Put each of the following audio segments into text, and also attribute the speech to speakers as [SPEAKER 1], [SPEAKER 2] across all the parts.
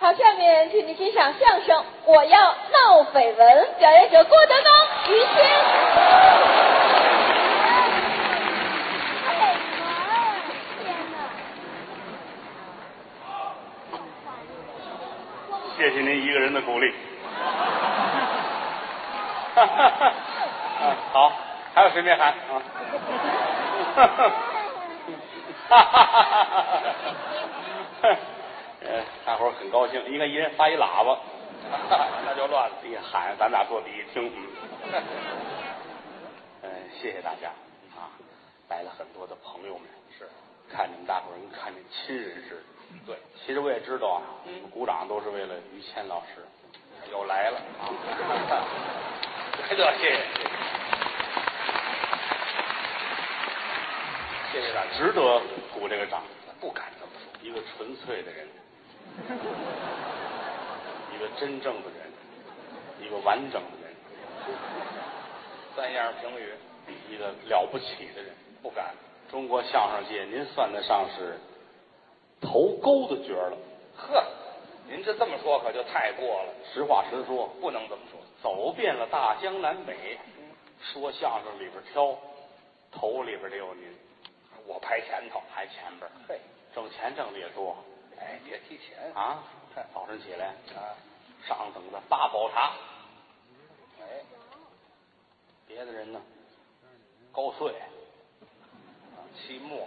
[SPEAKER 1] 下面请您欣赏相声《我要闹绯闻》，表演者郭德纲、于谦。
[SPEAKER 2] 谢谢您一个人的鼓励。嗯，好，还有谁没喊啊？哈哈哈哈哈！呃， 大伙儿很高兴，应该一人发一喇叭， 那就乱了。一喊，咱俩坐底下听。嗯， 呃谢谢大家啊，来了很多的朋友们，是看你们大伙儿跟看见亲人似的。对，其实我也知道啊，你们鼓掌都是为了于谦老师又来了 啊！来这谢谢，谢谢大家，值得鼓这个掌，不敢这么说，一个纯粹的人，一个真正的人，一个完整的人，
[SPEAKER 3] 三样评语，
[SPEAKER 2] 一个了不起的人，不敢。中国相声界，您算得上是头钩子角了。
[SPEAKER 3] 呵，您这这么说可就太过了，
[SPEAKER 2] 实话实说，
[SPEAKER 3] 不能这么说。
[SPEAKER 2] 走遍了大江南北，说相声里边挑，头里边得有您，
[SPEAKER 3] 我排前头，
[SPEAKER 2] 排前边儿，
[SPEAKER 3] 嘿，
[SPEAKER 2] 挣钱挣的也多
[SPEAKER 3] 哎，别提钱啊
[SPEAKER 2] 啊。早晨起来
[SPEAKER 3] 啊，
[SPEAKER 2] 上等的八宝茶，
[SPEAKER 3] 哎，
[SPEAKER 2] 别的人呢高碎，
[SPEAKER 3] 期末，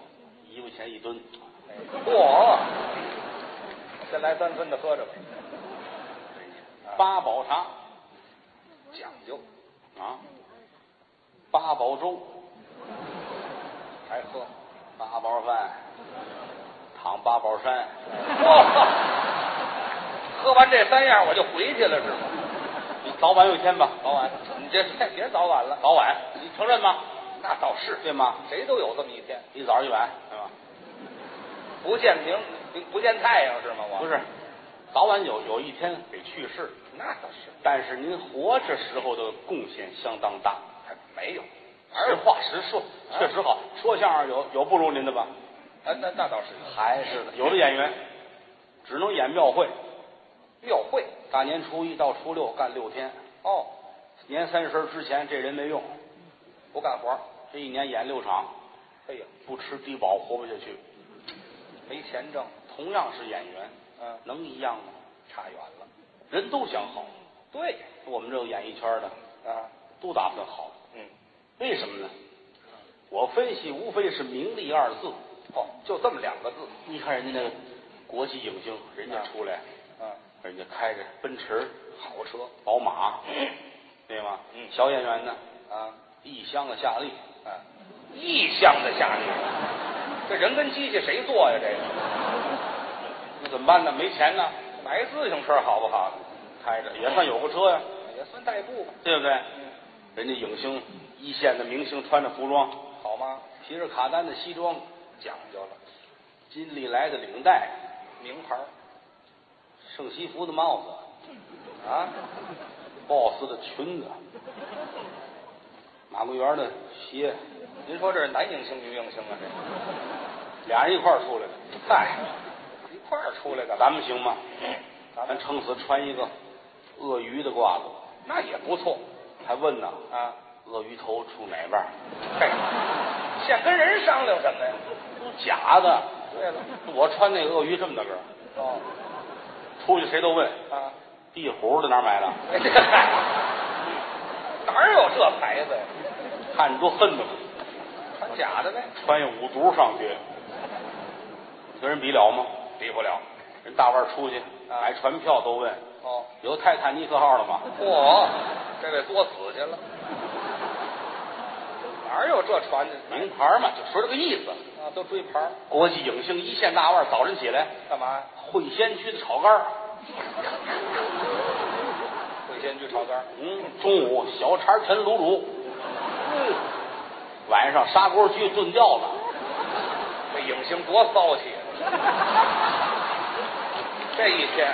[SPEAKER 2] 一块钱一吨，
[SPEAKER 3] 哎嚯，先来三分的喝着吧，啊
[SPEAKER 2] 八宝茶
[SPEAKER 3] 讲究，
[SPEAKER 2] 啊，八宝粥，
[SPEAKER 3] 还喝，
[SPEAKER 2] 八宝饭，躺八宝山，
[SPEAKER 3] 嚯，喝完这三样我就回去了是吗？
[SPEAKER 2] 你早晚有一天吧，早晚，
[SPEAKER 3] 你这别早晚了，
[SPEAKER 2] 早晚，你承认吗？
[SPEAKER 3] 那倒是，
[SPEAKER 2] 对吗？
[SPEAKER 3] 谁都有这么一天，
[SPEAKER 2] 一早一晚，对吧？
[SPEAKER 3] 不见明不见太阳是吗？我
[SPEAKER 2] 不，是，早晚有有一天得去世，
[SPEAKER 3] 那倒是，
[SPEAKER 2] 但是您活着时候的贡献相当大。
[SPEAKER 3] 还没有，
[SPEAKER 2] 实话实说，
[SPEAKER 3] 啊
[SPEAKER 2] 确实好。说相声有有不如您的吧？
[SPEAKER 3] 啊，那那倒是
[SPEAKER 2] 还是的，有的演员只能演庙会，
[SPEAKER 3] 庙会
[SPEAKER 2] 大年初一到初六干六天，
[SPEAKER 3] 哦，
[SPEAKER 2] 年三十之前这人没用，
[SPEAKER 3] 不干活，
[SPEAKER 2] 这一年演六场，
[SPEAKER 3] 哎呀，
[SPEAKER 2] 不吃低保活不下去。
[SPEAKER 3] 没钱挣，
[SPEAKER 2] 同样是演员，
[SPEAKER 3] 嗯，
[SPEAKER 2] 能一样吗？
[SPEAKER 3] 差远了。
[SPEAKER 2] 人都想好，
[SPEAKER 3] 对
[SPEAKER 2] 我们这个演艺圈的
[SPEAKER 3] 啊，
[SPEAKER 2] 都打算好，
[SPEAKER 3] 嗯，
[SPEAKER 2] 为什么呢？我分析无非是名利二字。
[SPEAKER 3] 哦，就这么两个字，
[SPEAKER 2] 你看人家那个国际影星，人家出来，
[SPEAKER 3] 嗯，
[SPEAKER 2] 人家开着奔驰、
[SPEAKER 3] 好车
[SPEAKER 2] 宝马，对吗？
[SPEAKER 3] 嗯
[SPEAKER 2] 小演员呢，
[SPEAKER 3] 啊，
[SPEAKER 2] 一箱子夏利，
[SPEAKER 3] 啊，异乡的下地，这人跟机器谁做呀？这个
[SPEAKER 2] 那怎么办呢？没钱呢，
[SPEAKER 3] 买自行车好不好？
[SPEAKER 2] 开着也算有个车呀，
[SPEAKER 3] 也算代步吧，
[SPEAKER 2] 对不对？
[SPEAKER 3] 嗯，
[SPEAKER 2] 人家影星一线的明星穿着服装，
[SPEAKER 3] 好吗？
[SPEAKER 2] 提着卡丹的西装，
[SPEAKER 3] 讲究了，
[SPEAKER 2] 金利来的领带，
[SPEAKER 3] 名牌
[SPEAKER 2] 圣西服的帽子
[SPEAKER 3] 啊，
[SPEAKER 2] ，BOSS 的裙子，马桂园的鞋，
[SPEAKER 3] 您说这是男影星女影星啊？
[SPEAKER 2] 俩人一块儿出来的。
[SPEAKER 3] 这嗨，一块儿出来的，
[SPEAKER 2] 咱们行吗？
[SPEAKER 3] 咱
[SPEAKER 2] 咱
[SPEAKER 3] 们
[SPEAKER 2] 撑死穿一个鳄鱼的褂子，
[SPEAKER 3] 那也不错
[SPEAKER 2] 还问呢，
[SPEAKER 3] 啊。
[SPEAKER 2] 鳄鱼头处哪边儿？
[SPEAKER 3] 嘿，现跟人商量什么呀？
[SPEAKER 2] 都假的。
[SPEAKER 3] 对了，
[SPEAKER 2] 我穿那个鳄鱼这么大个儿，
[SPEAKER 3] 哦
[SPEAKER 2] 出去谁都问
[SPEAKER 3] 啊，
[SPEAKER 2] 壁虎在哪儿买的，
[SPEAKER 3] 哎这哪儿有这牌子呀？
[SPEAKER 2] 看着多恨得慌。
[SPEAKER 3] 穿假的呗，
[SPEAKER 2] 穿一五毒上学，跟人比了吗？
[SPEAKER 3] 比不了。
[SPEAKER 2] 人大腕儿出去
[SPEAKER 3] 啊
[SPEAKER 2] 买船票都问
[SPEAKER 3] 哦，
[SPEAKER 2] 有泰坦尼克号了吗？
[SPEAKER 3] 嚯，这位作死去了，哪儿有这船的？
[SPEAKER 2] 名牌嘛，就说这个意思。
[SPEAKER 3] 啊，都追牌儿
[SPEAKER 2] 国际影星一线大腕儿早晨起来，
[SPEAKER 3] 干嘛呀？
[SPEAKER 2] 会仙区的炒肝儿
[SPEAKER 3] 会先去炒肝儿，
[SPEAKER 2] 嗯，中午小肠陈卤煮，晚上砂锅居炖吊子，
[SPEAKER 3] 这影星多骚气啊！ 这一天，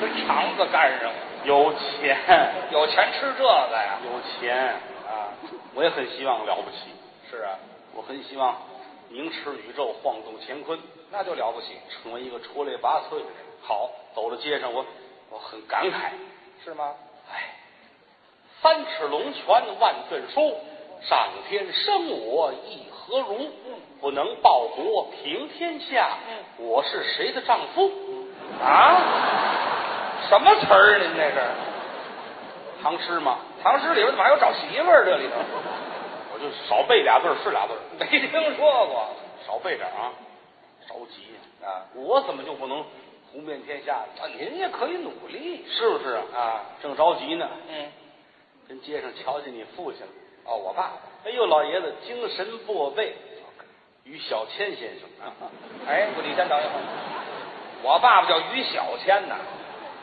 [SPEAKER 3] 跟肠子干上了，
[SPEAKER 2] 有钱，
[SPEAKER 3] 有钱吃这个呀？
[SPEAKER 2] 有钱，
[SPEAKER 3] 啊，
[SPEAKER 2] 我也很希望了不起，
[SPEAKER 3] 是啊，
[SPEAKER 2] 我很希望凝视宇宙，晃动乾坤，
[SPEAKER 3] 那就了不起，
[SPEAKER 2] 成为一个出类拔萃的人。好，走到街上，我我很感慨，
[SPEAKER 3] 是吗？
[SPEAKER 2] 哎，三尺龙泉万卷书，上天生我亦何如？不能报国平天下，我是谁的丈夫？
[SPEAKER 3] 啊？什么词儿？啊您这是
[SPEAKER 2] 唐诗吗？
[SPEAKER 3] 唐诗里边怎么还有找媳妇儿？这里头
[SPEAKER 2] 我就少背俩字儿是俩字儿，
[SPEAKER 3] 没听说过
[SPEAKER 2] 少背点儿啊，着急呀
[SPEAKER 3] 啊！
[SPEAKER 2] 我怎么就不能红遍天下呢？
[SPEAKER 3] 啊！您也可以努力
[SPEAKER 2] 是不是啊？
[SPEAKER 3] 啊。
[SPEAKER 2] 正着急呢，
[SPEAKER 3] 嗯，
[SPEAKER 2] 跟街上瞧见你父亲了。
[SPEAKER 3] 哦，我爸爸。
[SPEAKER 2] 哎呦，老爷子精神过备，于小谦先生啊，
[SPEAKER 3] 哎，不，你先等一会儿。我爸爸叫于小谦呐，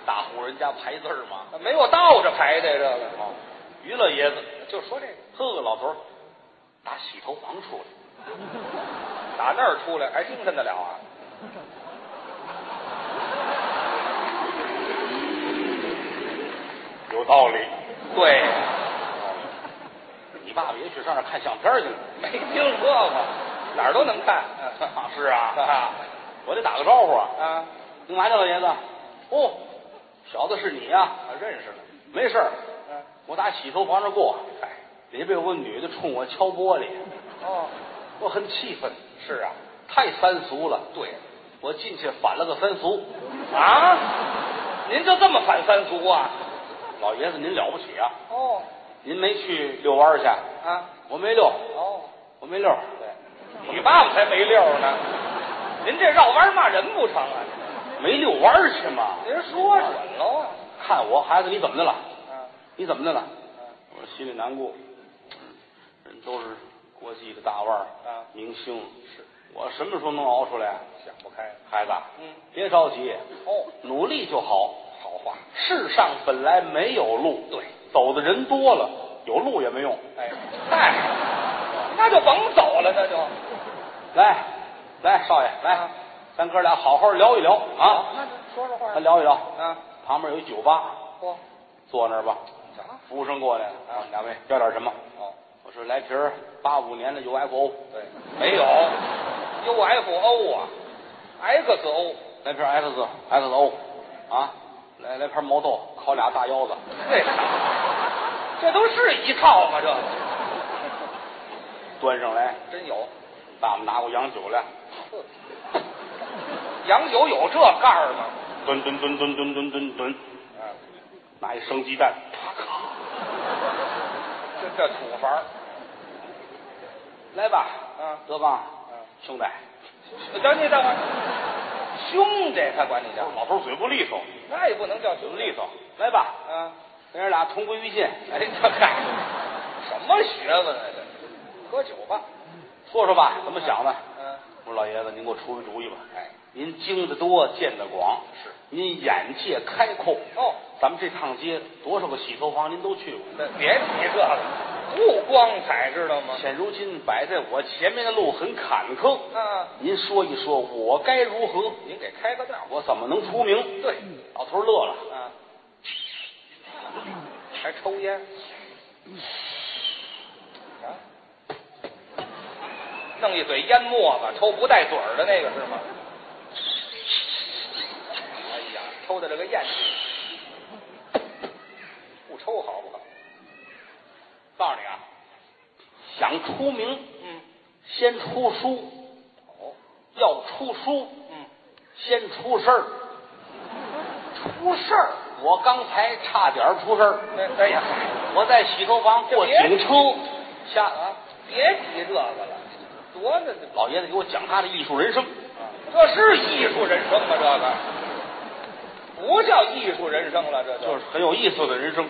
[SPEAKER 2] 大户人家排字儿嘛。
[SPEAKER 3] 没有倒着排的这个。
[SPEAKER 2] 哦，于老爷子，
[SPEAKER 3] 就说这个，
[SPEAKER 2] 呵，老头儿打洗头房出来，
[SPEAKER 3] 打那儿出来还精神得了啊？
[SPEAKER 2] 有道理。
[SPEAKER 3] 对，
[SPEAKER 2] 你爸爸也许上那儿看相片儿去了。
[SPEAKER 3] 没听说过，哪儿都能看。
[SPEAKER 2] 啊是啊，
[SPEAKER 3] 啊
[SPEAKER 2] 我得打个招呼啊。
[SPEAKER 3] 啊，
[SPEAKER 2] 干嘛去，老爷子？哦，小子是你啊？
[SPEAKER 3] 认识了。
[SPEAKER 2] 没事儿，
[SPEAKER 3] 嗯，
[SPEAKER 2] 我打洗头房这过，
[SPEAKER 3] 哎，
[SPEAKER 2] 里边有个女的冲我敲玻璃，
[SPEAKER 3] 哦，
[SPEAKER 2] 我很气愤，
[SPEAKER 3] 是啊，
[SPEAKER 2] 太三俗了。
[SPEAKER 3] 对。
[SPEAKER 2] 我进去反了个三俗，
[SPEAKER 3] 啊，您就这么反三俗啊？
[SPEAKER 2] 老爷子您了不起啊！
[SPEAKER 3] 哦，
[SPEAKER 2] 您没去遛弯儿去，
[SPEAKER 3] 啊，
[SPEAKER 2] 我没遛，
[SPEAKER 3] 哦，
[SPEAKER 2] 我没遛。
[SPEAKER 3] 对，你爸爸才没溜呢，您这绕弯骂人不成啊？
[SPEAKER 2] 没遛弯儿去嘛？
[SPEAKER 3] 您说准喽啊？
[SPEAKER 2] 看我孩子，你怎么的了？
[SPEAKER 3] 啊，
[SPEAKER 2] 你怎么的了？
[SPEAKER 3] 嗯
[SPEAKER 2] 我心里难过，嗯人都是国际的大腕儿
[SPEAKER 3] 啊
[SPEAKER 2] 明星
[SPEAKER 3] 是，
[SPEAKER 2] 我什么时候能熬出来啊？
[SPEAKER 3] 想不开了。
[SPEAKER 2] 孩子，
[SPEAKER 3] 嗯，
[SPEAKER 2] 别着急，
[SPEAKER 3] 哦，
[SPEAKER 2] 努力就好。
[SPEAKER 3] 好话，
[SPEAKER 2] 世上本来没有路，
[SPEAKER 3] 对，
[SPEAKER 2] 走的人多了，有路也没用。
[SPEAKER 3] 哎，嗨，那就甭走了，那就
[SPEAKER 2] 来，来，少爷，来
[SPEAKER 3] 啊，
[SPEAKER 2] 咱哥俩好好聊一聊啊，
[SPEAKER 3] 那就说说话
[SPEAKER 2] 咱聊一聊。
[SPEAKER 3] 啊，
[SPEAKER 2] 旁边有一酒吧，
[SPEAKER 3] 嚯，
[SPEAKER 2] 坐那儿吧。
[SPEAKER 3] 怎么？
[SPEAKER 2] 服务生过来了，
[SPEAKER 3] 啊
[SPEAKER 2] 两位要点什么？
[SPEAKER 3] 哦，
[SPEAKER 2] 我说来瓶八五年的 UFO，
[SPEAKER 3] 对，没有，UFO 啊，XO，
[SPEAKER 2] 来瓶 X XO，啊，来来盘毛豆，烤俩大腰子。
[SPEAKER 3] 这这都是一套吗？这个
[SPEAKER 2] 端上来，
[SPEAKER 3] 真有。
[SPEAKER 2] 爸爸拿过洋酒来，
[SPEAKER 3] 洋酒有这盖儿吗？
[SPEAKER 2] 吨吨吨吨吨吨吨吨，
[SPEAKER 3] 啊，
[SPEAKER 2] 拿一生鸡蛋，
[SPEAKER 3] 这这土法儿
[SPEAKER 2] 来吧，
[SPEAKER 3] 嗯
[SPEAKER 2] 德邦，
[SPEAKER 3] 嗯
[SPEAKER 2] 兄弟，
[SPEAKER 3] 等你等会儿，兄弟，他管你叫，
[SPEAKER 2] 老头嘴不利索，
[SPEAKER 3] 那也不能叫
[SPEAKER 2] 嘴不
[SPEAKER 3] 兄
[SPEAKER 2] 利
[SPEAKER 3] 弟
[SPEAKER 2] 索，来吧，
[SPEAKER 3] 啊！
[SPEAKER 2] 咱爷俩同归于尽，
[SPEAKER 3] 哎，这嗨，什么学问啊？这喝酒吧，
[SPEAKER 2] 说说吧，怎么想的？
[SPEAKER 3] 嗯，
[SPEAKER 2] 我说老爷子，您给我出一主意吧。
[SPEAKER 3] 哎，
[SPEAKER 2] 您经得多，见得广，
[SPEAKER 3] 是
[SPEAKER 2] 您眼界开阔。
[SPEAKER 3] 哦，
[SPEAKER 2] 咱们这趟街多少个洗头房您都去过，
[SPEAKER 3] 那别提这个，不光彩知道吗？
[SPEAKER 2] 现如今摆在我前面的路很坎坷。
[SPEAKER 3] 啊，
[SPEAKER 2] 您说一说，我该如何？
[SPEAKER 3] 您给开个道，
[SPEAKER 2] 我怎么能出名？
[SPEAKER 3] 对，
[SPEAKER 2] 老头乐了，
[SPEAKER 3] 啊，
[SPEAKER 2] 嗯
[SPEAKER 3] 还抽烟，啊，弄一嘴烟沫子，抽不带嘴儿的那个是吗？哎呀，抽的这个烟气，不抽好不好？
[SPEAKER 2] 告诉你啊，想出名，
[SPEAKER 3] 嗯，
[SPEAKER 2] 先出书，哦
[SPEAKER 3] 好，
[SPEAKER 2] 要出书，
[SPEAKER 3] 嗯，
[SPEAKER 2] 先出事儿。出事儿！我刚才差点儿出事儿，
[SPEAKER 3] 哎哎呀，
[SPEAKER 2] 我在洗头房过警车，下
[SPEAKER 3] 啊，别提这个了，多那这
[SPEAKER 2] 老爷子给我讲他的艺术人生。
[SPEAKER 3] 这是艺术人生吗？这个不叫艺术人生了，这
[SPEAKER 2] 就是很有意思的人生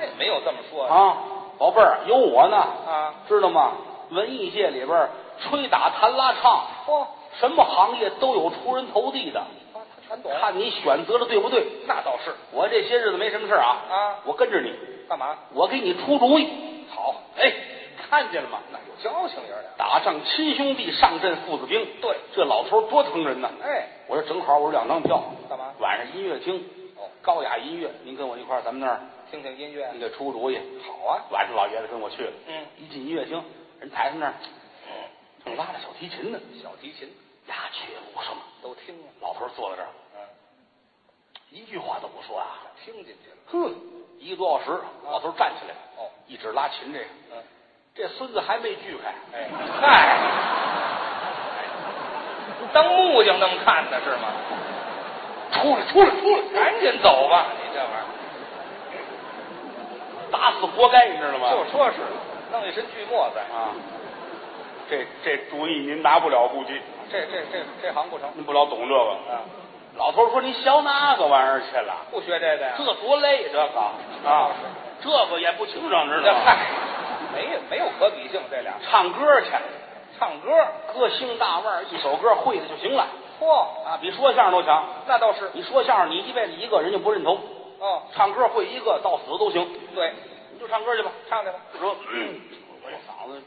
[SPEAKER 3] 哎没有这么说的
[SPEAKER 2] 啊，宝贝儿，有我呢，
[SPEAKER 3] 啊。
[SPEAKER 2] 知道吗？文艺界里边儿吹打弹拉唱，
[SPEAKER 3] 嚯、
[SPEAKER 2] 什么行业都有出人头地的，
[SPEAKER 3] 啊，他全懂。
[SPEAKER 2] 看你选择的对不对。
[SPEAKER 3] 那倒是，
[SPEAKER 2] 我这些日子没什么事儿啊，
[SPEAKER 3] 啊
[SPEAKER 2] 我跟着你，
[SPEAKER 3] 干嘛？
[SPEAKER 2] 我给你出主意。好，哎，看见了吗？
[SPEAKER 3] 那有交情爷俩。
[SPEAKER 2] 打仗亲兄弟，上阵父子兵。
[SPEAKER 3] 对
[SPEAKER 2] 这老头儿多疼人呐！
[SPEAKER 3] 哎，
[SPEAKER 2] 我说正好，我说两张票，
[SPEAKER 3] 干嘛
[SPEAKER 2] 晚上音乐厅，
[SPEAKER 3] 哦，
[SPEAKER 2] 高雅音乐，您跟我一块儿，咱们那儿
[SPEAKER 3] 听听音乐
[SPEAKER 2] 你。给出主意。
[SPEAKER 3] 好啊。
[SPEAKER 2] 晚上老爷子跟我去了，
[SPEAKER 3] 嗯，
[SPEAKER 2] 一进音乐厅，人台上那儿哦正拉着小提琴呢，
[SPEAKER 3] 小提琴
[SPEAKER 2] 鸦雀无声。
[SPEAKER 3] 都听了，
[SPEAKER 2] 老头儿坐在这儿，
[SPEAKER 3] 嗯，
[SPEAKER 2] 一句话都不说啊。
[SPEAKER 3] 听进去了，
[SPEAKER 2] 哼，一个多小时，老头儿站起来，
[SPEAKER 3] 哦，
[SPEAKER 2] 一指拉琴这个，
[SPEAKER 3] 嗯，
[SPEAKER 2] 这孙子还没锯开，
[SPEAKER 3] 哎
[SPEAKER 2] 哎，
[SPEAKER 3] 当木匠那么看的是吗？
[SPEAKER 2] 出来，出来，出来，
[SPEAKER 3] 赶紧走吧，你这玩意
[SPEAKER 2] 打死活该，你知道吗？
[SPEAKER 3] 儿就说是弄一身锯沫子，
[SPEAKER 2] 啊，这这主意您拿不了，估计
[SPEAKER 3] 这这这这行不成
[SPEAKER 2] 您不老懂这个。
[SPEAKER 3] 啊，
[SPEAKER 2] 老头儿说：“您学那个玩意儿去了，
[SPEAKER 3] 不学这个呀，
[SPEAKER 2] 这多累，这个啊，这个也不清爽，知道
[SPEAKER 3] 这
[SPEAKER 2] 吗？
[SPEAKER 3] 嗨，没没有可比性，这俩
[SPEAKER 2] 唱歌去，
[SPEAKER 3] 唱歌，
[SPEAKER 2] 歌星大腕儿一首歌会的就行了
[SPEAKER 3] 嚯，
[SPEAKER 2] 啊，比说相声都强。
[SPEAKER 3] 那倒是，
[SPEAKER 2] 你说相声，你一辈子一个人就不认头，
[SPEAKER 3] 哦，
[SPEAKER 2] 唱歌会一个到死都行，
[SPEAKER 3] 对，
[SPEAKER 2] 你就唱歌去吧。
[SPEAKER 3] 唱去吧，
[SPEAKER 2] 说，嗯我这嗓子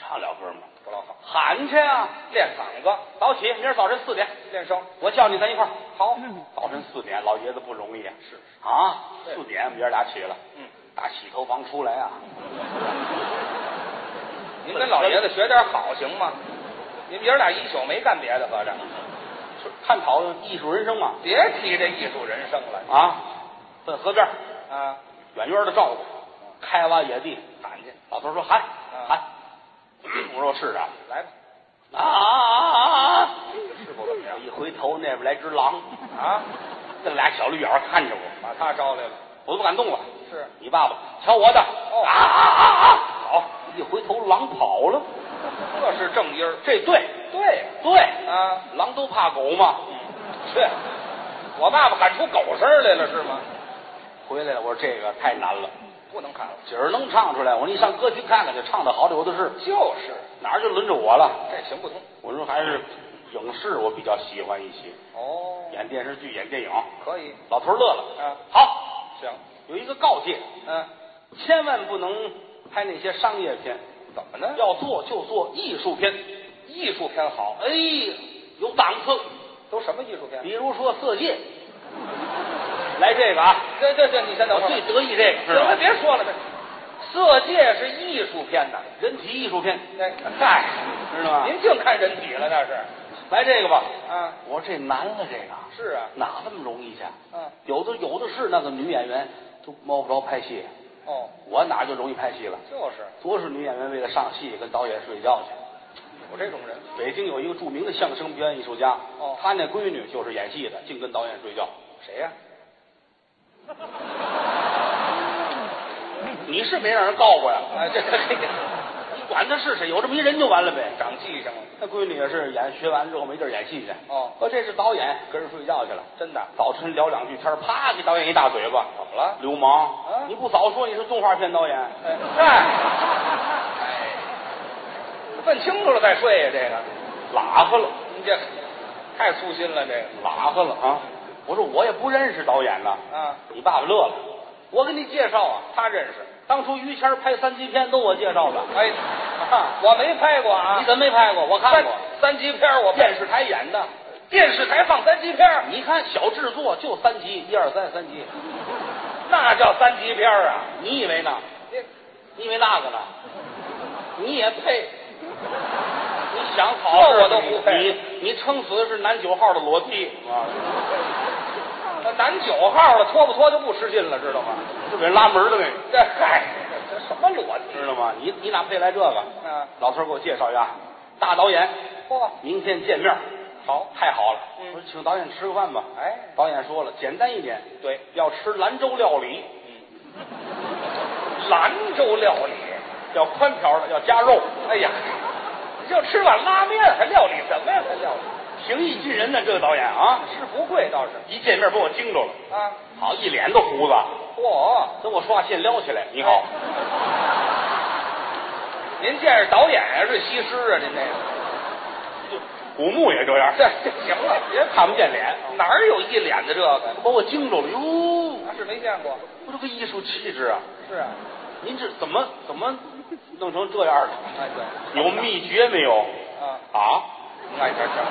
[SPEAKER 2] 唱不了歌吗？
[SPEAKER 3] 不老好，
[SPEAKER 2] 喊去啊！
[SPEAKER 3] 练嗓子，
[SPEAKER 2] 早起，明儿早晨四点，
[SPEAKER 3] 练声，
[SPEAKER 2] 我叫你，咱一块儿。
[SPEAKER 3] 好，
[SPEAKER 2] 早晨四点，老爷子不容易啊。
[SPEAKER 3] 是
[SPEAKER 2] 啊，
[SPEAKER 3] 嗯对
[SPEAKER 2] 四点我们爷儿俩起了，
[SPEAKER 3] 嗯，
[SPEAKER 2] 打洗头房出来啊，
[SPEAKER 3] 您跟老爷子学点好行吗？您爷儿俩一宿没干别的，合着。
[SPEAKER 2] 是探讨艺术人生嘛。
[SPEAKER 3] 别提这艺术人生了
[SPEAKER 2] 啊，奔河边儿
[SPEAKER 3] 啊！
[SPEAKER 2] 远远的照顾，开挖野地喊去。老头儿说喊
[SPEAKER 3] 嗯
[SPEAKER 2] 喊，嗯我说我试试啊
[SPEAKER 3] 来吧，
[SPEAKER 2] 啊啊啊啊！
[SPEAKER 3] 是不怎么样
[SPEAKER 2] 一回头那边来只狼，
[SPEAKER 3] 啊？
[SPEAKER 2] 那俩小绿眼儿看着我，
[SPEAKER 3] 把他招来了，
[SPEAKER 2] 我都不敢动了。
[SPEAKER 3] 是
[SPEAKER 2] 你爸爸瞧我的，
[SPEAKER 3] 哦
[SPEAKER 2] 啊啊啊啊！好，一回头狼跑了，
[SPEAKER 3] 这是正音儿，
[SPEAKER 2] 这对
[SPEAKER 3] 对呀
[SPEAKER 2] 对，
[SPEAKER 3] 啊，
[SPEAKER 2] 狼都怕狗嘛。
[SPEAKER 3] 去，我爸爸喊出狗声儿来了是吗？
[SPEAKER 2] 回来了，我说这个太难了，
[SPEAKER 3] 不能喊了，
[SPEAKER 2] 今儿能唱出来，我说你上歌厅看看去，唱的好的有的是，
[SPEAKER 3] 就是
[SPEAKER 2] 哪儿就轮着我了。
[SPEAKER 3] 这行不通
[SPEAKER 2] 我说还是影视我比较喜欢一些，
[SPEAKER 3] 哦，
[SPEAKER 2] 演电视剧、演电影。
[SPEAKER 3] 可以，
[SPEAKER 2] 老头儿乐了，
[SPEAKER 3] 啊
[SPEAKER 2] 好，
[SPEAKER 3] 行，
[SPEAKER 2] 有一个告诫，
[SPEAKER 3] 嗯，
[SPEAKER 2] 千万不能拍那些商业片，
[SPEAKER 3] 怎么呢？
[SPEAKER 2] 要做就做艺术片。
[SPEAKER 3] 艺术片好，
[SPEAKER 2] 哎，有档次，
[SPEAKER 3] 都什么艺术片？
[SPEAKER 2] 比如说《色戒》，来这个啊，
[SPEAKER 3] 这这这，你先等
[SPEAKER 2] 我
[SPEAKER 3] 会
[SPEAKER 2] 最
[SPEAKER 3] 儿。
[SPEAKER 2] 得意这个，
[SPEAKER 3] 行
[SPEAKER 2] 是啊
[SPEAKER 3] 了，
[SPEAKER 2] 吧？
[SPEAKER 3] 别说了，这色戒是艺术片呐。
[SPEAKER 2] 人体艺术片，
[SPEAKER 3] 那哎嗨，
[SPEAKER 2] 知道吗？
[SPEAKER 3] 您净看人体了那是
[SPEAKER 2] 来这个吧。
[SPEAKER 3] 啊？
[SPEAKER 2] 我说这难了，这个
[SPEAKER 3] 是啊，
[SPEAKER 2] 哪那么容易去？
[SPEAKER 3] 嗯，
[SPEAKER 2] 有的有的是那个女演员都摸不着拍戏，
[SPEAKER 3] 哦，
[SPEAKER 2] 我哪就容易拍戏了？
[SPEAKER 3] 就是
[SPEAKER 2] 多是女演员为了上戏跟导演睡觉去。
[SPEAKER 3] 有这种人，
[SPEAKER 2] 北京有一个著名的相声表演艺术家，
[SPEAKER 3] 哦
[SPEAKER 2] 他那闺女就是演戏的，净跟导演睡觉。
[SPEAKER 3] 谁呀、
[SPEAKER 2] 你是没让人告过呀？
[SPEAKER 3] 哎，这这这
[SPEAKER 2] 你管他是谁，有这么一人就完了呗。
[SPEAKER 3] 长记性了，啊
[SPEAKER 2] 那闺女也是演学完之后没地儿演戏去。
[SPEAKER 3] 哦
[SPEAKER 2] 哦，这是导演跟人睡觉去了。
[SPEAKER 3] 真的
[SPEAKER 2] 早晨聊两句天儿，啪给导演一大嘴巴。
[SPEAKER 3] 怎么了？
[SPEAKER 2] 流氓！
[SPEAKER 3] 啊
[SPEAKER 2] 你不早说你是动画片导演，
[SPEAKER 3] 哎，嗨，哎问清楚了再睡呀、这个
[SPEAKER 2] 拉和了，
[SPEAKER 3] 您这太粗心了，这
[SPEAKER 2] 拉和了啊！我说我也不认识导演呢。
[SPEAKER 3] 个啊，
[SPEAKER 2] 你爸爸乐了，我给你介绍啊，
[SPEAKER 3] 他认识。
[SPEAKER 2] 当初于谦儿拍三级片都我介绍的。
[SPEAKER 3] 哎，
[SPEAKER 2] 啊
[SPEAKER 3] 我没拍过啊，
[SPEAKER 2] 你怎么没拍过？我看过，
[SPEAKER 3] 三三级片儿我
[SPEAKER 2] 电
[SPEAKER 3] 电
[SPEAKER 2] 视台演的。
[SPEAKER 3] 电视台放三级片儿，
[SPEAKER 2] 你看小制作就三集，一二三三集。
[SPEAKER 3] 那叫三级片儿啊！
[SPEAKER 2] 你以为呢？
[SPEAKER 3] 你
[SPEAKER 2] 你以为那个呢？你也配？你想好
[SPEAKER 3] 这
[SPEAKER 2] 事儿
[SPEAKER 3] 我都不配
[SPEAKER 2] 你你你撑死是男九号的裸替啊，
[SPEAKER 3] 那男九号了，脱不脱就不吃劲了，知道吗？
[SPEAKER 2] 就给人拉门儿的呗，
[SPEAKER 3] 这嗨，这这什么逻辑
[SPEAKER 2] 知道吗？你你哪配来这个？
[SPEAKER 3] 啊？
[SPEAKER 2] 老头儿给我介绍一下，大导演，
[SPEAKER 3] 嚯，
[SPEAKER 2] 明天见面儿。
[SPEAKER 3] 好，
[SPEAKER 2] 太好了！
[SPEAKER 3] 嗯
[SPEAKER 2] 我说请导演吃个饭吧。
[SPEAKER 3] 哎
[SPEAKER 2] 导演说了，简单一点，
[SPEAKER 3] 对，
[SPEAKER 2] 要吃兰州料理，
[SPEAKER 3] 嗯兰州料理。
[SPEAKER 2] 要宽条的，要加肉。
[SPEAKER 3] 哎呀，就吃碗拉面还料理什么呀？还料 理
[SPEAKER 2] 平易近人呢，这个导演啊，
[SPEAKER 3] 是不贵倒是
[SPEAKER 2] 一见面把我惊着了，
[SPEAKER 3] 啊。
[SPEAKER 2] 好一脸的胡子，
[SPEAKER 3] 嚯，
[SPEAKER 2] 跟我说话线撩起来。你好，
[SPEAKER 3] 哎您见识导演还是西施啊？您这个，
[SPEAKER 2] 古墓也这样，
[SPEAKER 3] 这这行了，别
[SPEAKER 2] 看不见脸，
[SPEAKER 3] 哪儿有一脸的这个？啊
[SPEAKER 2] 把我惊着了。哟，
[SPEAKER 3] 那是没见过。
[SPEAKER 2] 我这个艺术气质啊，
[SPEAKER 3] 是啊，
[SPEAKER 2] 您这怎么怎么弄成这样的？
[SPEAKER 3] 哎对，
[SPEAKER 2] 有秘诀没有？
[SPEAKER 3] 啊，
[SPEAKER 2] 啊，
[SPEAKER 3] 哎行行，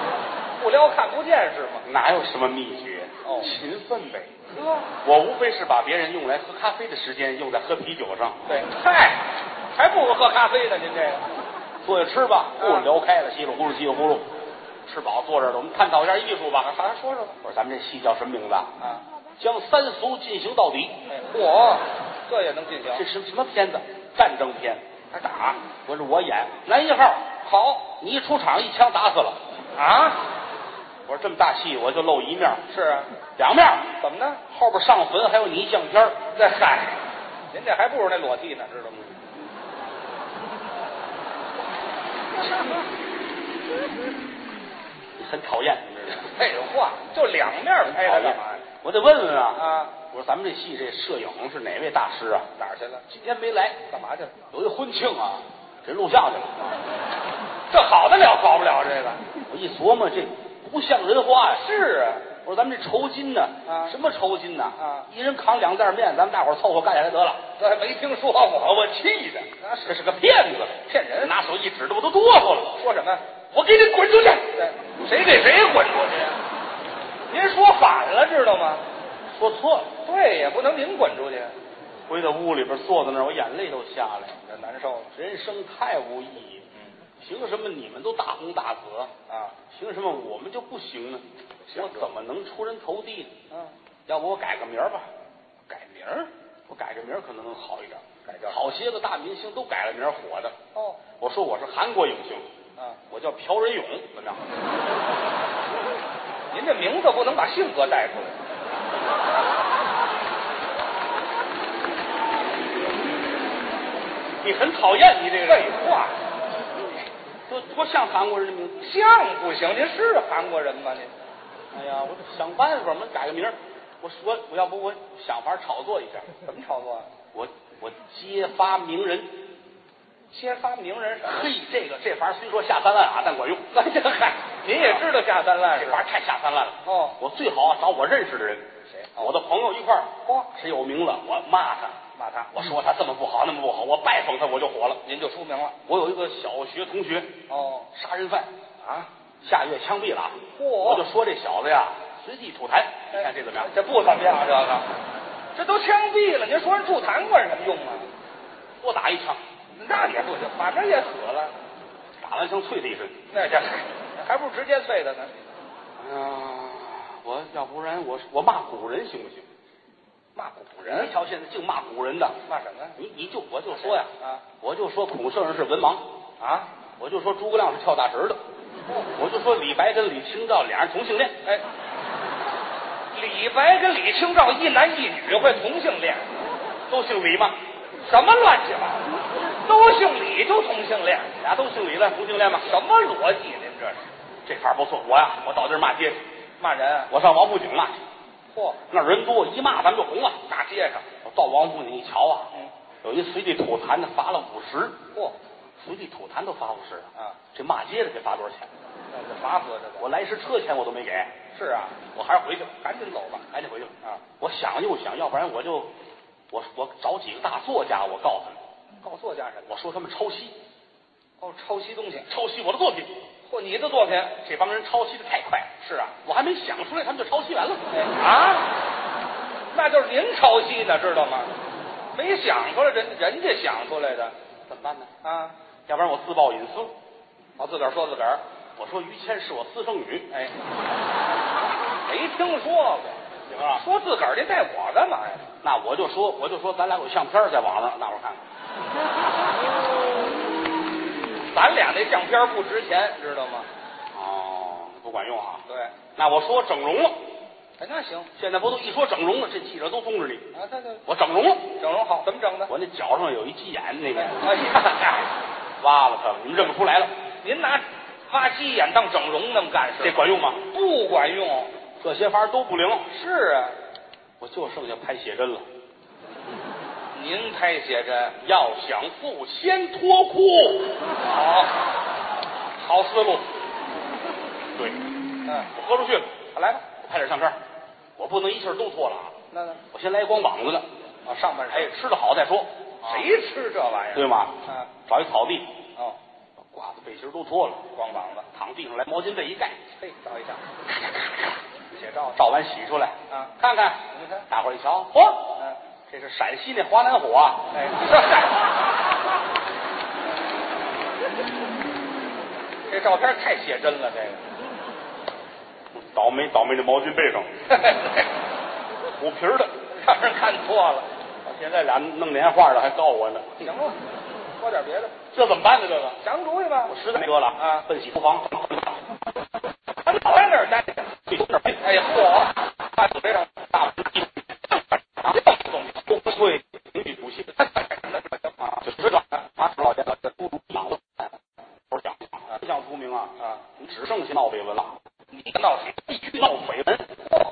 [SPEAKER 3] 不撩看不见是吗？
[SPEAKER 2] 哪有什么秘诀？
[SPEAKER 3] 哦
[SPEAKER 2] 勤奋呗。
[SPEAKER 3] 呵，
[SPEAKER 2] 我无非是把别人用来喝咖啡的时间用在喝啤酒上，
[SPEAKER 3] 对，嗨，还不如喝咖啡呢。您这个
[SPEAKER 2] 坐下吃吧。
[SPEAKER 3] 嗯
[SPEAKER 2] 故事聊开了，稀里呼噜，稀里呼噜，吃饱坐这儿了。我们探讨一下艺术吧。
[SPEAKER 3] 啊好，说说吧。
[SPEAKER 2] 我说咱们这戏叫什么名字啊？
[SPEAKER 3] 啊，
[SPEAKER 2] 将三俗进行到底。
[SPEAKER 3] 哎，嚯，这也能进行？
[SPEAKER 2] 这什么什么片子？战争片。
[SPEAKER 3] 还
[SPEAKER 2] 啊
[SPEAKER 3] 打？
[SPEAKER 2] 我说我演男一号，好，你一出场一枪打死了。
[SPEAKER 3] 啊？
[SPEAKER 2] 我说这么大戏我就露一面儿，
[SPEAKER 3] 是啊，
[SPEAKER 2] 两面儿
[SPEAKER 3] 怎么呢？
[SPEAKER 2] 后边上坟还有泥像片儿
[SPEAKER 3] 这嗨，您这还不如那裸替呢，知道吗？
[SPEAKER 2] 你很讨厌，你知道吗？
[SPEAKER 3] 废话，就两面拍
[SPEAKER 2] 讨
[SPEAKER 3] 它
[SPEAKER 2] 厌
[SPEAKER 3] 干哎嘛呀？
[SPEAKER 2] 我得问问啊。
[SPEAKER 3] 啊，
[SPEAKER 2] 我说咱们这戏这摄影是哪位大师啊？
[SPEAKER 3] 哪儿去了？
[SPEAKER 2] 今天没来，
[SPEAKER 3] 干嘛去了？
[SPEAKER 2] 有一婚庆啊，给录像去了。
[SPEAKER 3] 这好得了，好不了这个。
[SPEAKER 2] 我一琢磨，这不像人话呀。
[SPEAKER 3] 是啊，
[SPEAKER 2] 我说咱们这酬金呢？
[SPEAKER 3] 啊
[SPEAKER 2] 什么酬金呢？
[SPEAKER 3] 啊
[SPEAKER 2] 一人扛两袋面，咱们大伙儿凑合干下来得了。
[SPEAKER 3] 这还没听说过。
[SPEAKER 2] 我气的，
[SPEAKER 3] 那是
[SPEAKER 2] 这是个骗子，
[SPEAKER 3] 骗人
[SPEAKER 2] 拿手一指着我都哆嗦了。
[SPEAKER 3] 说什么？
[SPEAKER 2] 我给你滚出去！
[SPEAKER 3] 这谁给谁滚出去呀？您说反了，知道吗？
[SPEAKER 2] 说错了，
[SPEAKER 3] 对呀，不能您滚出去，
[SPEAKER 2] 回到屋里边坐在那儿，我眼泪都下来了。
[SPEAKER 3] 这难受了。
[SPEAKER 2] 人生太无意义，凭什么你们都大红大紫？
[SPEAKER 3] 啊，
[SPEAKER 2] 凭什么我们就不行呢？我怎么能出人头地呢？
[SPEAKER 3] 嗯，
[SPEAKER 2] 要不我改个名儿吧？
[SPEAKER 3] 改名儿
[SPEAKER 2] 我改个名儿可能能好一点。
[SPEAKER 3] 改叫什么
[SPEAKER 2] 好些个大明星都改了名儿火的。
[SPEAKER 3] 哦，
[SPEAKER 2] 我说我是韩国影星，
[SPEAKER 3] 啊，
[SPEAKER 2] 我叫朴仁勇，怎么样？
[SPEAKER 3] 您这名字不能把性格带出来。
[SPEAKER 2] 你很讨厌你这个
[SPEAKER 3] 废
[SPEAKER 2] 人，
[SPEAKER 3] 话，
[SPEAKER 2] 多多像韩国人的名字。
[SPEAKER 3] 像不行，您是韩国人吗？您
[SPEAKER 2] 哎呀，我得想办法嘛，改个名儿。我说我要不我想法炒作一下，
[SPEAKER 3] 怎么炒作啊？
[SPEAKER 2] 我我揭发名人。
[SPEAKER 3] 揭发名人什么？
[SPEAKER 2] 嘿，这个这法虽说下三滥啊，但管用。
[SPEAKER 3] 那这嗨，您也知道下三滥是
[SPEAKER 2] 这法
[SPEAKER 3] 吧？
[SPEAKER 2] 太下三滥了。
[SPEAKER 3] 哦
[SPEAKER 2] 我最好啊找我认识的人，
[SPEAKER 3] 谁哦
[SPEAKER 2] 我的朋友一块儿，
[SPEAKER 3] 嚯
[SPEAKER 2] 谁有名了，我骂他，
[SPEAKER 3] 骂他，
[SPEAKER 2] 我说他这么不好，那么不好，我拜访他我就火了。
[SPEAKER 3] 您就出名了。
[SPEAKER 2] 我有一个小学同学，
[SPEAKER 3] 哦，
[SPEAKER 2] 杀人犯，
[SPEAKER 3] 啊，
[SPEAKER 2] 下月枪毙了啊。
[SPEAKER 3] 嚯
[SPEAKER 2] 我就说这小子呀，随地吐痰，你看这怎么样？
[SPEAKER 3] 这不怎么样，这个，这都枪毙了，您说人吐痰管什么用啊？
[SPEAKER 2] 多打一枪，
[SPEAKER 3] 那也不行，反正也死了，
[SPEAKER 2] 打完枪啐他一身。
[SPEAKER 3] 那这还不如直接碎的呢。
[SPEAKER 2] 哎呀，我要不然我我骂古人行不行？
[SPEAKER 3] 骂古
[SPEAKER 2] 人
[SPEAKER 3] 人
[SPEAKER 2] 一，瞧现在净骂古人的，
[SPEAKER 3] 骂什么呀？
[SPEAKER 2] 你你就我就说呀，
[SPEAKER 3] 啊
[SPEAKER 2] 我就说孔圣人是文盲，
[SPEAKER 3] 啊，
[SPEAKER 2] 我就说诸葛亮是跳大神的，我就说李白跟李清照俩人同性恋，
[SPEAKER 3] 哎，李白跟李清照一男一女会同性恋，
[SPEAKER 2] 都姓李嘛，
[SPEAKER 3] 什么乱七八糟，都姓李就同性恋，
[SPEAKER 2] 俩都姓李了，同性恋嘛。
[SPEAKER 3] 什么逻辑？您这是
[SPEAKER 2] 这法儿不错，我呀，我到地儿骂街去，
[SPEAKER 3] 骂人啊？
[SPEAKER 2] 我上王府井骂去，
[SPEAKER 3] 嚯，
[SPEAKER 2] 那儿人多，一骂咱们就红了。
[SPEAKER 3] 大街上，
[SPEAKER 2] 我到王府井一瞧啊，
[SPEAKER 3] 嗯，
[SPEAKER 2] 有一随地吐痰的罚了五十，
[SPEAKER 3] 嚯，
[SPEAKER 2] 随地吐痰都罚五十了
[SPEAKER 3] 啊！
[SPEAKER 2] 这骂街的得罚多少钱？
[SPEAKER 3] 那是罚死这
[SPEAKER 2] 我来时车钱我都没给，
[SPEAKER 3] 个。是啊，
[SPEAKER 2] 我还是回去吧，
[SPEAKER 3] 赶紧走吧。
[SPEAKER 2] 赶紧回去吧
[SPEAKER 3] 啊！
[SPEAKER 2] 我想又想，要不然我就我我找几个大作家，我告诉他们，
[SPEAKER 3] 告作家什么？
[SPEAKER 2] 我说他们抄袭，
[SPEAKER 3] 哦，抄袭东西，
[SPEAKER 2] 抄袭我的作品，
[SPEAKER 3] 嚯，你的作品
[SPEAKER 2] 这帮人抄袭的太快了。
[SPEAKER 3] 是啊，
[SPEAKER 2] 我还没想出来，他们就抄袭完了。
[SPEAKER 3] 哎啊，那就是您抄袭呢，知道吗？没想出来，人人家想出来的
[SPEAKER 2] 怎么办呢？
[SPEAKER 3] 啊。
[SPEAKER 2] 要不然我自曝隐私了。
[SPEAKER 3] 我自个儿说自个儿，
[SPEAKER 2] 我说于谦是我私生女，
[SPEAKER 3] 哎，没听说过，
[SPEAKER 2] 行啊？
[SPEAKER 3] 说自个儿这带我干嘛呀？
[SPEAKER 2] 那我就说，我就说咱俩有相片儿在网上，那我看看。
[SPEAKER 3] 咱俩那相片不值钱，知道吗？
[SPEAKER 2] 哦，不管用啊。
[SPEAKER 3] 对，
[SPEAKER 2] 那我说整容了，
[SPEAKER 3] 哎，那行
[SPEAKER 2] 现在不都一说整容了，这记者都通知你。
[SPEAKER 3] 啊，那就
[SPEAKER 2] 我整容了，
[SPEAKER 3] 整容好，怎么整的？
[SPEAKER 2] 我那脚上有一鸡眼，那
[SPEAKER 3] 哎
[SPEAKER 2] 个
[SPEAKER 3] 呀，
[SPEAKER 2] 挖了它了，你们认不出来了，
[SPEAKER 3] 您拿挖鸡眼当整容那么干是
[SPEAKER 2] 这
[SPEAKER 3] 吗？
[SPEAKER 2] 管用吗？
[SPEAKER 3] 不管用。
[SPEAKER 2] 这些法儿都不灵，
[SPEAKER 3] 是啊，
[SPEAKER 2] 我就剩下拍写真了。
[SPEAKER 3] 您拍写真
[SPEAKER 2] 要想富，先脱裤。
[SPEAKER 3] 好，
[SPEAKER 2] 好思路。对，
[SPEAKER 3] 嗯，
[SPEAKER 2] 我豁出去了，
[SPEAKER 3] 来吧，
[SPEAKER 2] 我拍点相片儿，我不能一气儿都脱了啊，
[SPEAKER 3] 那那
[SPEAKER 2] 我先来一光膀子的，
[SPEAKER 3] 啊，上半身，
[SPEAKER 2] 哎，吃的好再说，谁
[SPEAKER 3] 谁吃这玩意儿？
[SPEAKER 2] 对吗？
[SPEAKER 3] 嗯，
[SPEAKER 2] 找一草地，
[SPEAKER 3] 哦，
[SPEAKER 2] 把褂子背心儿都脱了，
[SPEAKER 3] 光膀子，
[SPEAKER 2] 躺地上来毛巾被一盖，
[SPEAKER 3] 嘿，照一下，写照
[SPEAKER 2] 照完洗出来，
[SPEAKER 3] 啊
[SPEAKER 2] 看看，
[SPEAKER 3] 你看
[SPEAKER 2] 大伙儿一瞧，嚯，
[SPEAKER 3] 嗯，
[SPEAKER 2] 这是陕西那华南虎啊，
[SPEAKER 3] 哎，这这照片太写真了，这
[SPEAKER 2] 倒霉倒霉的毛巾被上，
[SPEAKER 3] 个
[SPEAKER 2] 虎皮儿的。
[SPEAKER 3] 让人看错了。
[SPEAKER 2] 现在俩弄年画的还告我呢，
[SPEAKER 3] 行了，说点别的，
[SPEAKER 2] 这怎么办呢？这个
[SPEAKER 3] 想主意吧。
[SPEAKER 2] 我实在没辙了
[SPEAKER 3] 啊
[SPEAKER 2] 奔洗厨房。
[SPEAKER 3] 咱老在哪儿待着？
[SPEAKER 2] 这事儿
[SPEAKER 3] 哎呀，嚯，大嘴上
[SPEAKER 2] 大不一，这不懂，不会情绪主席。啊，就知道马老爷子这孤独老了，我想啊，不想出名啊
[SPEAKER 3] 啊，
[SPEAKER 2] 你只剩下闹绯闻了，
[SPEAKER 3] 你可闹啊谁？
[SPEAKER 2] 必须闹绯闻，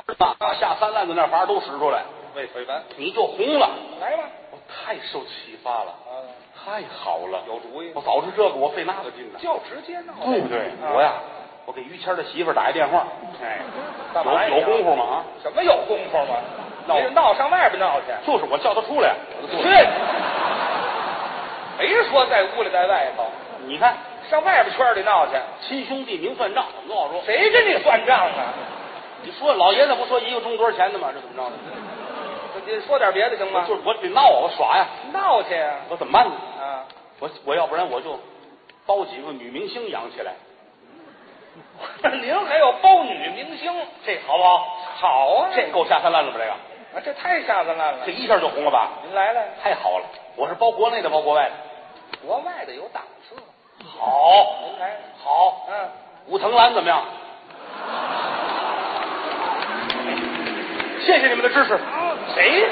[SPEAKER 2] 是吧？下三滥子那法儿都使出来，
[SPEAKER 3] 魏水文，
[SPEAKER 2] 你就红了。
[SPEAKER 3] 来吧。
[SPEAKER 2] 我太受启发了，
[SPEAKER 3] 啊，
[SPEAKER 2] 太好了，
[SPEAKER 3] 有主意
[SPEAKER 2] 我，早知这个，我费那个劲呢。
[SPEAKER 3] 就直接闹。
[SPEAKER 2] 对不对？
[SPEAKER 3] 啊
[SPEAKER 2] 我呀，我给于谦的媳妇儿打一电话，
[SPEAKER 3] 哎，干嘛呀
[SPEAKER 2] 有有功夫？吗？啊，
[SPEAKER 3] 什么有功夫吗？
[SPEAKER 2] 闹
[SPEAKER 3] 你闹上外边闹去。
[SPEAKER 2] 就是我叫他出来，
[SPEAKER 3] 去，没说在屋里在外头，
[SPEAKER 2] 你看
[SPEAKER 3] 上外边圈里闹去。
[SPEAKER 2] 亲兄弟明算账，怎么都好说。
[SPEAKER 3] 谁跟你算账啊？
[SPEAKER 2] 你说老爷子不说一个钟多少钱的吗？这怎么着呢？
[SPEAKER 3] 你说点别的行
[SPEAKER 2] 我
[SPEAKER 3] 吗？
[SPEAKER 2] 就是我得闹啊，我耍呀，
[SPEAKER 3] 闹去呀、
[SPEAKER 2] 我怎么办呢？
[SPEAKER 3] 啊！啊，
[SPEAKER 2] 我我要不然我就包几个女明星养起来，
[SPEAKER 3] 您还有包女明星，
[SPEAKER 2] 这好不好？
[SPEAKER 3] 好啊！
[SPEAKER 2] 这够下三滥了吧？这个
[SPEAKER 3] 啊这太下三滥了
[SPEAKER 2] 这。一下就红了吧？
[SPEAKER 3] 您来了，
[SPEAKER 2] 太好了，我是包国内的，包国外的。
[SPEAKER 3] 国外的有档次。
[SPEAKER 2] 好，
[SPEAKER 3] 您来了，
[SPEAKER 2] 好，
[SPEAKER 3] 嗯、
[SPEAKER 2] 武藤兰怎么样？谢谢你们的支持。
[SPEAKER 3] 谁？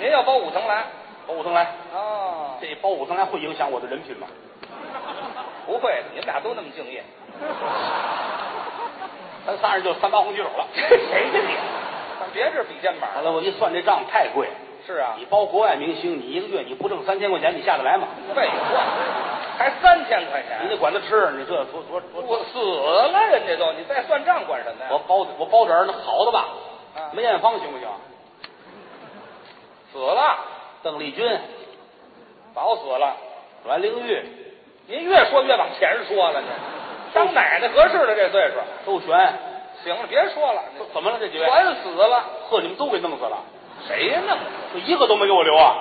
[SPEAKER 3] 您要包武藤兰？
[SPEAKER 2] 包武藤兰，
[SPEAKER 3] 哦，
[SPEAKER 2] 这包武藤兰会影响我的人品吗？
[SPEAKER 3] 不会的，你们俩都那么敬业。
[SPEAKER 2] 咱仨人就三八红旗手了。
[SPEAKER 3] 谁跟你？咱别这比肩膀
[SPEAKER 2] 后
[SPEAKER 3] 了。
[SPEAKER 2] 来我一算这账太贵，
[SPEAKER 3] 是啊
[SPEAKER 2] 你，包国外明星，你一个月你不挣三千块钱，你下得来吗？
[SPEAKER 3] 废话，还三千块
[SPEAKER 2] 你得
[SPEAKER 3] 钱，
[SPEAKER 2] 管他吃，你这多多多
[SPEAKER 3] 我
[SPEAKER 2] 多。
[SPEAKER 3] 死了，人家都，你再算账管什么呀？
[SPEAKER 2] 我包我包点儿那好的吧
[SPEAKER 3] 啊，
[SPEAKER 2] 梅艳芳行不行？
[SPEAKER 3] 死了，
[SPEAKER 2] 邓丽君、
[SPEAKER 3] 早死了。
[SPEAKER 2] 阮玲玉、
[SPEAKER 3] 您越说越往前说了，您当奶奶合适了，这岁数。
[SPEAKER 2] 周璇，
[SPEAKER 3] 行了，别说了，
[SPEAKER 2] 怎怎么了这几位？
[SPEAKER 3] 全死了，
[SPEAKER 2] 呵，你们都给弄死了，
[SPEAKER 3] 谁弄的？
[SPEAKER 2] 就一个都没给我留啊！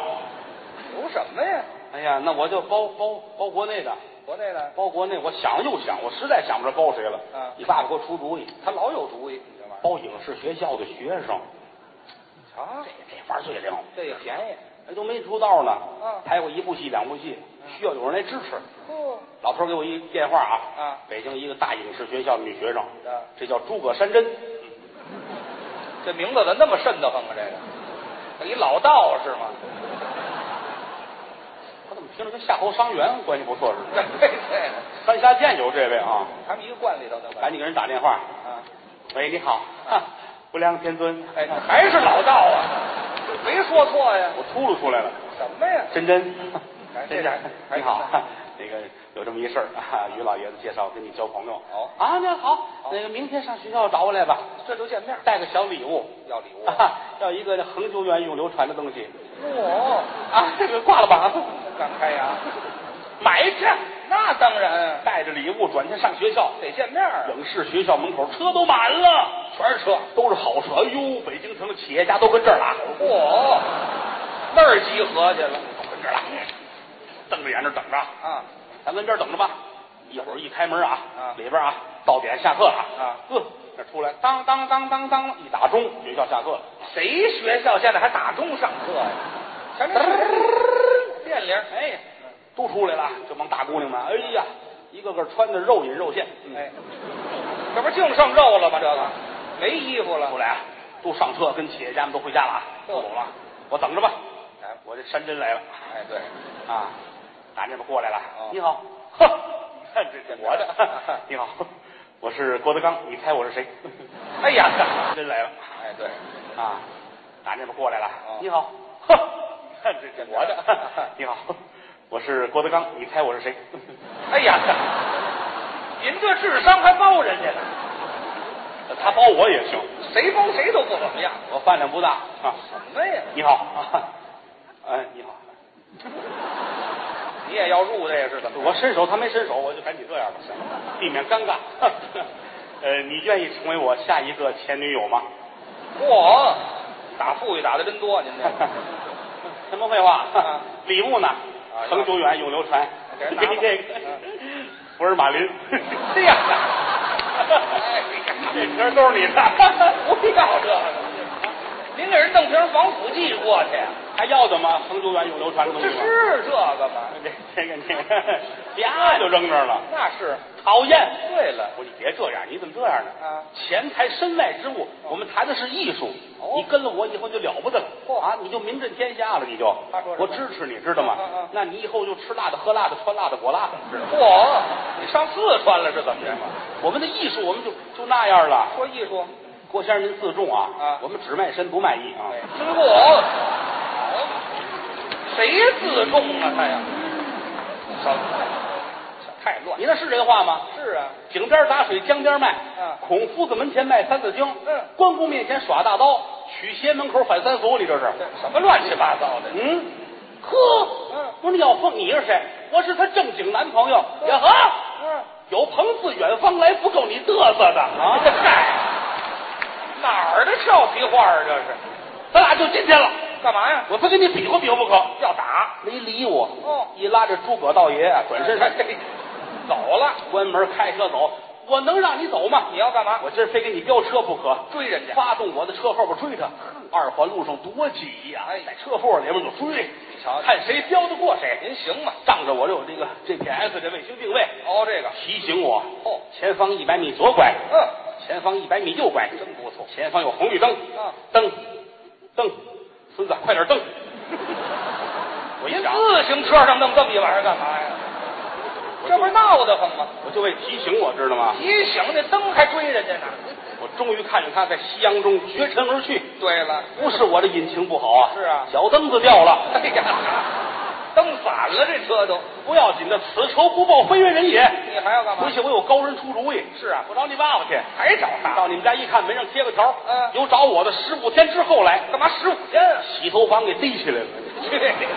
[SPEAKER 3] 留什么呀？
[SPEAKER 2] 哎呀，那我就包包包国内的，
[SPEAKER 3] 国内的，
[SPEAKER 2] 包国内，我想又想，我实在想不着包谁了。
[SPEAKER 3] 啊
[SPEAKER 2] 你爸爸给我出主意，
[SPEAKER 3] 他老有主意，你这玩意儿。
[SPEAKER 2] 包影视学校的学生，
[SPEAKER 3] 瞧，
[SPEAKER 2] 这法儿最灵。
[SPEAKER 3] 这也便宜。
[SPEAKER 2] 哎，都没出道呢，
[SPEAKER 3] 嗯
[SPEAKER 2] 拍过一部戏、两部戏，需要有人来支持。
[SPEAKER 3] 哦，
[SPEAKER 2] 老头儿给我一电话啊，
[SPEAKER 3] 啊
[SPEAKER 2] 北京一个大影视学校的女学生，
[SPEAKER 3] 啊
[SPEAKER 2] 这叫诸葛山珍，
[SPEAKER 3] 这名字怎么那么瘆得慌啊？这个，这一老道是吗？
[SPEAKER 2] 我怎么听着跟夏侯伤员关系不错似的？
[SPEAKER 3] 对对，
[SPEAKER 2] 三峡剑有这位啊，
[SPEAKER 3] 他们一个罐里头的吧。
[SPEAKER 2] 赶紧给人打电话。
[SPEAKER 3] 啊！
[SPEAKER 2] 喂，你好，哈不良天尊，
[SPEAKER 3] 哎，还是老道啊，没说错呀。
[SPEAKER 2] 我秃噜出来了，
[SPEAKER 3] 什么呀？
[SPEAKER 2] 真真
[SPEAKER 3] 哎，
[SPEAKER 2] 真
[SPEAKER 3] 这
[SPEAKER 2] 真
[SPEAKER 3] 还，还
[SPEAKER 2] 你好
[SPEAKER 3] 还，
[SPEAKER 2] 那个有这么一事儿啊，于老爷子介绍跟你交朋友。
[SPEAKER 3] 哦
[SPEAKER 2] 啊，那好，那个明天上学校找我来吧，
[SPEAKER 3] 这就见面
[SPEAKER 2] 带个小礼物。
[SPEAKER 3] 要礼物。哦
[SPEAKER 2] 啊，要一个恒久远永流传的东西
[SPEAKER 3] 我
[SPEAKER 2] 啊！这个挂了吧，
[SPEAKER 3] 敢开呀？
[SPEAKER 2] 买去，
[SPEAKER 3] 那当然，啊
[SPEAKER 2] 带着礼物转天上学校，
[SPEAKER 3] 得见面啊。
[SPEAKER 2] 影视学校门口车都满了，
[SPEAKER 3] 全是车。
[SPEAKER 2] 都是好车。哎呦，北京城的企业家都跟这儿了啊，
[SPEAKER 3] 嚯，那儿集合去了
[SPEAKER 2] 都跟这儿了，瞪着眼那儿等着啊，
[SPEAKER 3] 啊！
[SPEAKER 2] 咱跟这儿等着吧。一会儿一开门啊，
[SPEAKER 3] 啊
[SPEAKER 2] 里边啊到点下课了
[SPEAKER 3] 啊
[SPEAKER 2] 呵，这出来当当当当当一打钟，学校下课了。
[SPEAKER 3] 谁学校现在还打钟上课呀？瞧这电铃，
[SPEAKER 2] 哎，都出来了，这帮大姑娘们，哎呀，一个个穿的肉隐肉现，嗯
[SPEAKER 3] 哎，这不净剩肉了吗？这个没衣服了
[SPEAKER 2] 后。来啊，都上车，跟企业家们都回家了啊，
[SPEAKER 3] 呵
[SPEAKER 2] 都走了。我等着吧，
[SPEAKER 3] 哎
[SPEAKER 2] 我这山珍来了
[SPEAKER 3] 哎，对，
[SPEAKER 2] 啊，打那边过来了。
[SPEAKER 3] 哦啊
[SPEAKER 2] 你好，呵，你看这这
[SPEAKER 3] 怎么
[SPEAKER 2] 我
[SPEAKER 3] 了
[SPEAKER 2] 的。你好，我是郭德纲，你猜我是 谁？
[SPEAKER 3] 哎呀，
[SPEAKER 2] 山珍来了
[SPEAKER 3] 哎对，
[SPEAKER 2] 啊，打那边过来了。
[SPEAKER 3] 哦
[SPEAKER 2] 你 好，呵，你看这这
[SPEAKER 3] 怎么
[SPEAKER 2] 我
[SPEAKER 3] 了
[SPEAKER 2] 的。 你好，我是郭德纲，你猜我是谁？
[SPEAKER 3] 哎 呀，您这智商还包人家呢，
[SPEAKER 2] 呃他包我也行，
[SPEAKER 3] 谁包谁都不怎么样。
[SPEAKER 2] 我饭量不大啊。
[SPEAKER 3] 什么呀？
[SPEAKER 2] 你好， 啊哎，你好。
[SPEAKER 3] 你也要入这个是怎么着？
[SPEAKER 2] 我伸手，他没伸手，我就赶紧这样吧，避免尴尬。 呃，你愿意成为我下一个前女友吗？
[SPEAKER 3] 嚯，打富裕打的真多，您 这。
[SPEAKER 2] 什么废话
[SPEAKER 3] 啊？
[SPEAKER 2] 礼物呢？
[SPEAKER 3] 啊
[SPEAKER 2] 恒久远，永流传
[SPEAKER 3] 给。人拿
[SPEAKER 2] 给
[SPEAKER 3] 吧
[SPEAKER 2] 你这个
[SPEAKER 3] 嗯，
[SPEAKER 2] 福尔马林。
[SPEAKER 3] 这样的，哎
[SPEAKER 2] 这瓶都是你的，
[SPEAKER 3] 呀， 不要这个，您给人弄瓶防腐剂过去，啊
[SPEAKER 2] 还要的吗？恒久远有流传的东西
[SPEAKER 3] 这
[SPEAKER 2] 吗？
[SPEAKER 3] 是这个吗？
[SPEAKER 2] 这这个这个， 啪就扔这儿了，
[SPEAKER 3] 那是。
[SPEAKER 2] 讨厌！
[SPEAKER 3] 对了，
[SPEAKER 2] 我说你别这样，你怎么这样呢？
[SPEAKER 3] 啊
[SPEAKER 2] 钱财身外之物，我们谈的是艺术。
[SPEAKER 3] 哦
[SPEAKER 2] 你跟了我以后就了不得了、
[SPEAKER 3] 嚯
[SPEAKER 2] 啊！你就名震天下了，你就。
[SPEAKER 3] 他说什么
[SPEAKER 2] 我支持你，知道吗？
[SPEAKER 3] 啊啊啊
[SPEAKER 2] 那你以后就吃辣的、喝辣的、穿辣的、裹辣的，知道吗？
[SPEAKER 3] 嚯，啊你上四川了是怎么着嘛？
[SPEAKER 2] 我们的艺术，我们就就那样了。
[SPEAKER 3] 说艺术，
[SPEAKER 2] 郭先生您自重啊！
[SPEAKER 3] 啊
[SPEAKER 2] 我们只卖身不卖艺啊！
[SPEAKER 3] 哎，知过，谁自重啊他呀？太乱，
[SPEAKER 2] 你那是人话吗？
[SPEAKER 3] 是啊，
[SPEAKER 2] 井边打水，江边卖。
[SPEAKER 3] 嗯
[SPEAKER 2] 孔夫子门前卖三字经。
[SPEAKER 3] 嗯
[SPEAKER 2] 关公面前耍大刀，取邪门口反三俗，你这是？
[SPEAKER 3] 这什么乱七八糟的？
[SPEAKER 2] 嗯，呵，
[SPEAKER 3] 嗯
[SPEAKER 2] 不是要凤，你是谁？我是她正经男朋友。呀呵，
[SPEAKER 3] 嗯，
[SPEAKER 2] 有朋自远方来，不够你嘚瑟的 啊！
[SPEAKER 3] 这嗨，哪儿的俏皮话啊？这是
[SPEAKER 2] 咱俩就今天了，
[SPEAKER 3] 干嘛呀？
[SPEAKER 2] 我非跟你比划比划不可。
[SPEAKER 3] 要打？
[SPEAKER 2] 没理我，
[SPEAKER 3] 哦
[SPEAKER 2] 一拉这诸葛道爷啊，转身上
[SPEAKER 3] 嘿走了。
[SPEAKER 2] 关门开车走，我能让你走吗
[SPEAKER 3] 你？要干嘛？
[SPEAKER 2] 我今儿非跟你飙车不可。
[SPEAKER 3] 追人家？
[SPEAKER 2] 发动我的车后边追他，二环路上多挤呀、
[SPEAKER 3] 哎
[SPEAKER 2] 在车后里面就追，
[SPEAKER 3] 你瞧
[SPEAKER 2] 看谁飙得过谁。
[SPEAKER 3] 您行吗？
[SPEAKER 2] 仗着我有这个 GPS 这卫星定位，
[SPEAKER 3] 哦，这个，
[SPEAKER 2] 提醒我
[SPEAKER 3] 哦
[SPEAKER 2] 前方一百米左拐，
[SPEAKER 3] 嗯，
[SPEAKER 2] 前方一百米右拐，
[SPEAKER 3] 真不错。
[SPEAKER 2] 前方有红绿灯，
[SPEAKER 3] 嗯
[SPEAKER 2] 蹬蹬，孙子快点蹬！我一
[SPEAKER 3] 您
[SPEAKER 2] 想，
[SPEAKER 3] 自行车上弄这么一玩意儿干嘛呀？这不是闹得慌吗？
[SPEAKER 2] 我就为提醒我知道吗？
[SPEAKER 3] 提醒那灯还追人家呢。
[SPEAKER 2] 我终于看见他在夕阳中绝尘而去，
[SPEAKER 3] 对了，
[SPEAKER 2] 不是我的引擎不好啊，
[SPEAKER 3] 是啊
[SPEAKER 2] 小灯子掉了，
[SPEAKER 3] 哎呀，灯散了这车都，
[SPEAKER 2] 不要紧的，此仇不报非为人也。
[SPEAKER 3] 你还要干嘛
[SPEAKER 2] 回？去我有高人出主意，
[SPEAKER 3] 是啊
[SPEAKER 2] 我找你爸爸去。
[SPEAKER 3] 还找
[SPEAKER 2] 到
[SPEAKER 3] 他？
[SPEAKER 2] 你们家一看，门上贴个条，
[SPEAKER 3] 嗯
[SPEAKER 2] 有找我的，十五天之后来，
[SPEAKER 3] 干嘛十五天啊？
[SPEAKER 2] 洗头房给逮起来了。
[SPEAKER 3] 去你的！